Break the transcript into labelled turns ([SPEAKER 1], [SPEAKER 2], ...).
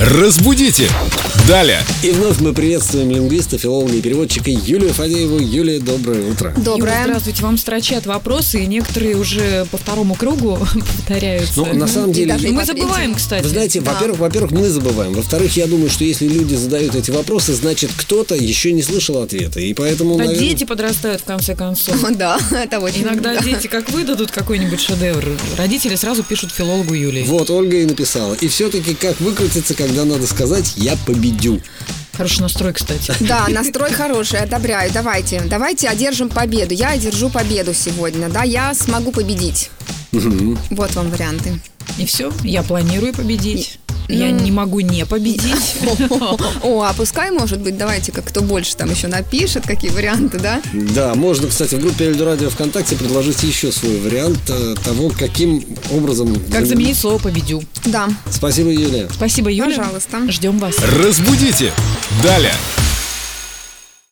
[SPEAKER 1] Разбудите! Далее!
[SPEAKER 2] И вновь мы приветствуем лингвиста, филолога и переводчика Юлию Фадееву. Юлия, доброе утро. Ну,
[SPEAKER 3] Юля,
[SPEAKER 4] Доброе.
[SPEAKER 3] здравствуйте. Вам строчат вопросы, и некоторые уже по второму кругу повторяются.
[SPEAKER 2] Ну, на самом деле,
[SPEAKER 4] даже
[SPEAKER 3] И мы
[SPEAKER 4] по третьему.
[SPEAKER 3] забываем, кстати.
[SPEAKER 2] вы знаете,
[SPEAKER 4] Да.
[SPEAKER 2] во-первых, во-первых, мы забываем. Во-вторых, я думаю, что если люди задают эти вопросы, значит, кто-то еще не слышал ответа. И поэтому,
[SPEAKER 3] Да,
[SPEAKER 2] наверное,
[SPEAKER 3] дети подрастают, в конце концов.
[SPEAKER 4] Да, это очень.
[SPEAKER 3] Иногда
[SPEAKER 4] да.
[SPEAKER 3] дети как выдадут какой-нибудь шедевр, родители сразу пишут филологу Юлии.
[SPEAKER 2] Вот, Ольга и написала. И все-таки как выкрутиться, когда надо сказать «я победю».
[SPEAKER 3] Хороший настрой, кстати.
[SPEAKER 4] Да, настрой хороший, одобряю. Давайте, давайте одержим победу. Я одержу победу сегодня, да, я смогу победить. Вот вам варианты.
[SPEAKER 3] И все, я планирую победить. Я
[SPEAKER 2] Ну,
[SPEAKER 3] не могу не победить.
[SPEAKER 4] О, а пускай, может быть, давайте, как кто больше там еще напишет, какие варианты, да?
[SPEAKER 2] Да, можно, кстати, в группе Эльдорадио ВКонтакте предложить еще свой вариант э, того, каким образом...
[SPEAKER 3] Как заменить слово «победю».
[SPEAKER 4] Да,
[SPEAKER 2] Спасибо, Юлия.
[SPEAKER 3] Спасибо, Юля.
[SPEAKER 4] Пожалуйста.
[SPEAKER 3] Ждем вас.
[SPEAKER 1] Разбудите! Далее!